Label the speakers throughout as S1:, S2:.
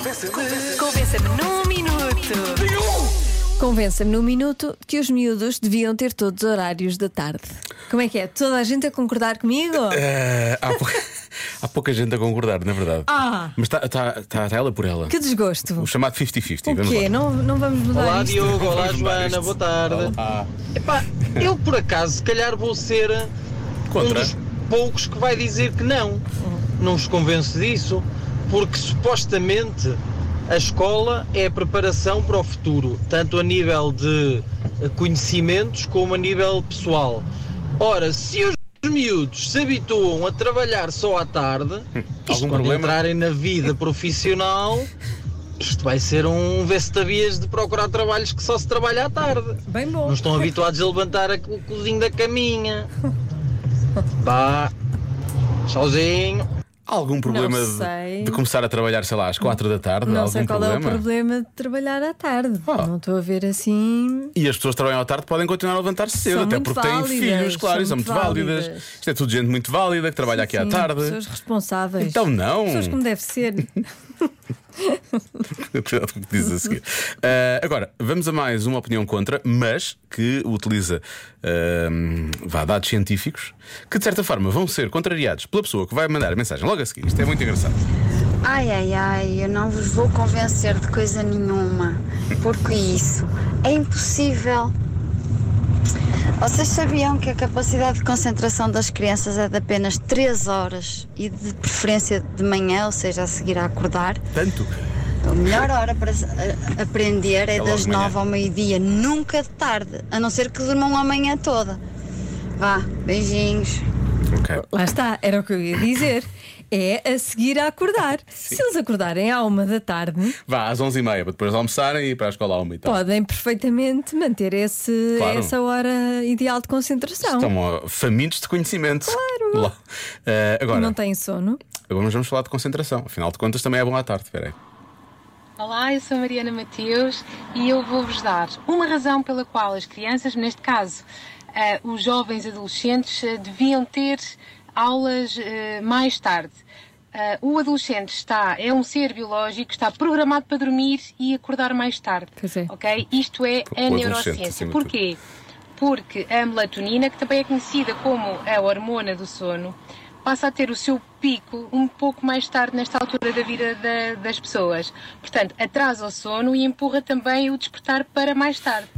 S1: Convença-me.
S2: Convença-me num minuto. Convença-me num minuto que os miúdos deviam ter todos horários da tarde. Como é que é? Toda a gente a concordar comigo?
S3: Eh, há, pouca, há pouca gente a concordar, na verdade.
S2: Ah.
S3: Mas está tá, tá- tá ela por ela.
S2: Que desgosto.
S3: O chamado 50-50.
S2: O
S3: vamos
S2: quê?
S3: lá.
S2: Não, não vamos mudar
S4: Olá
S2: isto?
S4: Diogo, olá
S3: Vamos mudar
S4: Joana,
S3: isto.
S4: boa tarde.
S3: Ah,
S4: Epá, eu por acaso se calhar vou ser um
S3: Contra.
S4: dos poucos que vai dizer que não. Não os convenço disso, porque supostamente a escola é a preparação para o futuro, tanto a nível de eh, conhecimentos como a nível pessoal. Ora, se os miúdos se habituam a trabalhar só à tarde, isto
S3: algum
S4: quando
S3: problema?
S4: entrarem na vida profissional, isto vai ser um vestabias de procurar trabalhos que só se trabalha à tarde.
S2: Bem bom.
S4: Não estão habituados a levantar a- o cozinho da caminha. Vá. Tchauzinho.
S3: há algum problema
S2: Não
S3: de-
S2: sei.
S3: de, começar a trabalhar, sei lá, às 4 da tarde? Há
S2: Não
S3: algum
S2: sei qual
S3: problema?
S2: é o problema de trabalhar à tarde.
S3: Ah.
S2: Não estou a ver assim.
S3: E as pessoas que trabalham à tarde podem continuar a levantar-se cedo,
S2: São
S3: até
S2: muito
S3: porque têm
S2: válidas,
S3: filhos, claro, e
S2: são
S3: são
S2: muito
S3: muito válidas.
S2: válidas.
S3: Isto é tudo gente muito válida que trabalha aqui
S2: Sim,
S3: à tarde.
S2: assim, Pessoas responsáveis.
S3: Então não.
S2: Pessoas como deve ser.
S3: Cuidado com o que diz a seguir. Ah, agora, vamos a mais uma opinião contra, mas que utiliza ahm, vá, dados científicos que, de certa forma, vão ser contrariados pela pessoa que vai mandar a mensagem logo a seguir. Isto é muito engraçado.
S5: Ai, ai, ai, eu não vos vou convencer de coisa nenhuma, porque isso é impossível. Vocês sabiam que a capacidade de concentração das crianças é de apenas 3 horas e de preferência de manhã, ou seja, a seguir a acordar?
S3: Tanto.
S5: A melhor hora para se- a- aprender é
S3: logo
S5: das
S3: de manhã.
S5: 9 ao meio-dia, nunca de tarde, a não ser que durmam a manhã toda. Vá, beijinhos.
S3: Ok.
S2: Lá está, era o que eu ia dizer. É a seguir a acordar. Se eles acordarem à uma da tarde,
S3: Vá às 11h30 para depois almoçarem e ir para a escola à 1 e tal.
S2: podem perfeitamente manter esse,
S3: Tá. Claro.
S2: essa hora ideal de concentração.
S3: Estão ó, famintos de conhecimento.
S2: então. Claro.
S3: Lá. Ah, agora,
S2: Não têm sono.
S3: agora nós vamos falar de concentração. Afinal de contas, também é bom à tarde. Espera aí.
S6: Olá, eu sou Mariana Mateus e eu vou-vos dar uma razão pela qual as crianças, neste caso eh, os jovens adolescentes, eh, deviam ter aulas eh, mais tarde. Eh, o adolescente está, é um ser biológico, está programado para dormir e acordar mais tarde.
S2: Pois é.
S6: Ok? Isto
S3: O
S6: é a
S3: adolescente,
S6: neurociência.
S3: acima de tudo.
S6: Porquê? Porque a melatonina, que também é conhecida como a hormona do sono, passa a ter o seu pico um pouco mais tarde nesta altura da vida da- das pessoas. Portanto, atrasa o sono e empurra também o despertar para mais tarde.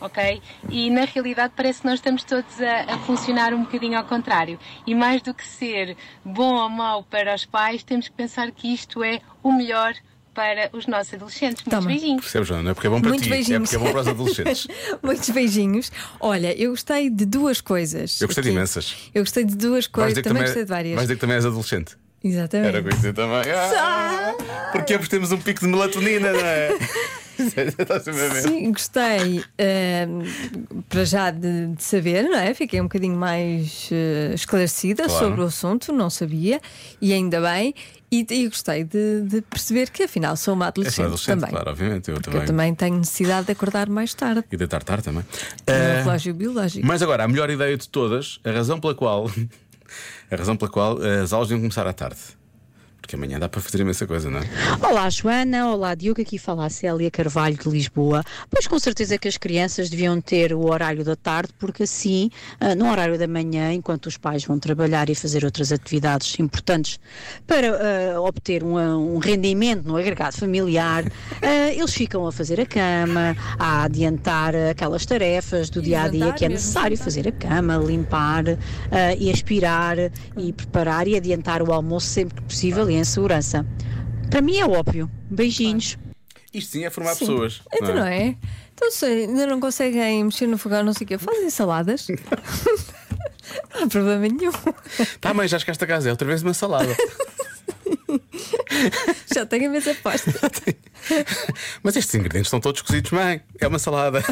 S6: Ok? E na realidade parece que nós estamos todos a, a funcionar um bocadinho ao contrário. E mais do que ser bom ou mau para os pais, temos que pensar que isto é o melhor para os nossos adolescentes. Muitos
S2: Toma.
S6: beijinhos.
S3: Percebes, Joana? Não é porque é bom para
S2: Muitos
S3: ti, é
S2: beijinhos.
S3: porque é bom para os adolescentes.
S2: Muitos beijinhos. Olha, eu gostei de duas coisas.
S3: Eu gostei de
S2: aqui.
S3: imensas.
S2: Eu gostei de duas
S3: Vais
S2: coisas.
S3: dizer que é-
S2: Também, gostei de várias.
S3: Vais dizer que também és adolescente.
S2: Exatamente.
S3: Era o que eu ia dizer também. Ah, porque ambos temos um pico de melatonina, não é? Estás sempre a ver.
S2: Sim, gostei ehm, para já de, de saber, não é? Fiquei um bocadinho mais eh, esclarecida
S3: Claro.
S2: sobre o assunto, não sabia, e ainda bem. E, e gostei de, de perceber que afinal sou uma
S3: És
S2: adolescente,
S3: uma É, adolescente,
S2: também.
S3: claro, obviamente. Eu
S2: Porque
S3: também.
S2: eu também tenho necessidade de acordar mais tarde.
S3: E deitar tarde também.
S2: É.
S3: Ah,
S2: No relógio biológico.
S3: mas agora, a melhor ideia de todas, a razão pela qual. A razão pela qual as aulas deviam começar à tarde. Porque amanhã dá para fazer imensa coisa, não é?
S7: Olá, Joana. Olá, Diogo. Aqui fala a Célia Carvalho de Lisboa. Pois com certeza que as crianças deviam ter o horário da tarde, porque assim, ah, no horário da manhã, enquanto os pais vão trabalhar e fazer outras atividades importantes para ah, obter um, ah, um rendimento no agregado familiar, ah, eles ficam a fazer a cama, a adiantar aquelas tarefas do dia a dia que
S2: jantar
S7: é
S2: mesmo,
S7: necessário
S2: jantar.
S7: fazer fazer a cama, limpar ah, e aspirar e preparar e adiantar o almoço sempre que possível e em segurança. Para mim é óbvio. Beijinhos.
S3: Isto sim é formar
S2: Sim.
S3: pessoas.
S2: Então não é? Então se ainda não conseguem mexer no fogão, não sei o quê, fazem saladas. não há problema nenhum.
S3: Tá, mãe, já chegaste a casa, é outra vez uma salada.
S2: Já tenho a mesa posta.
S3: Mas estes ingredientes estão todos cozidos, mãe. É uma salada.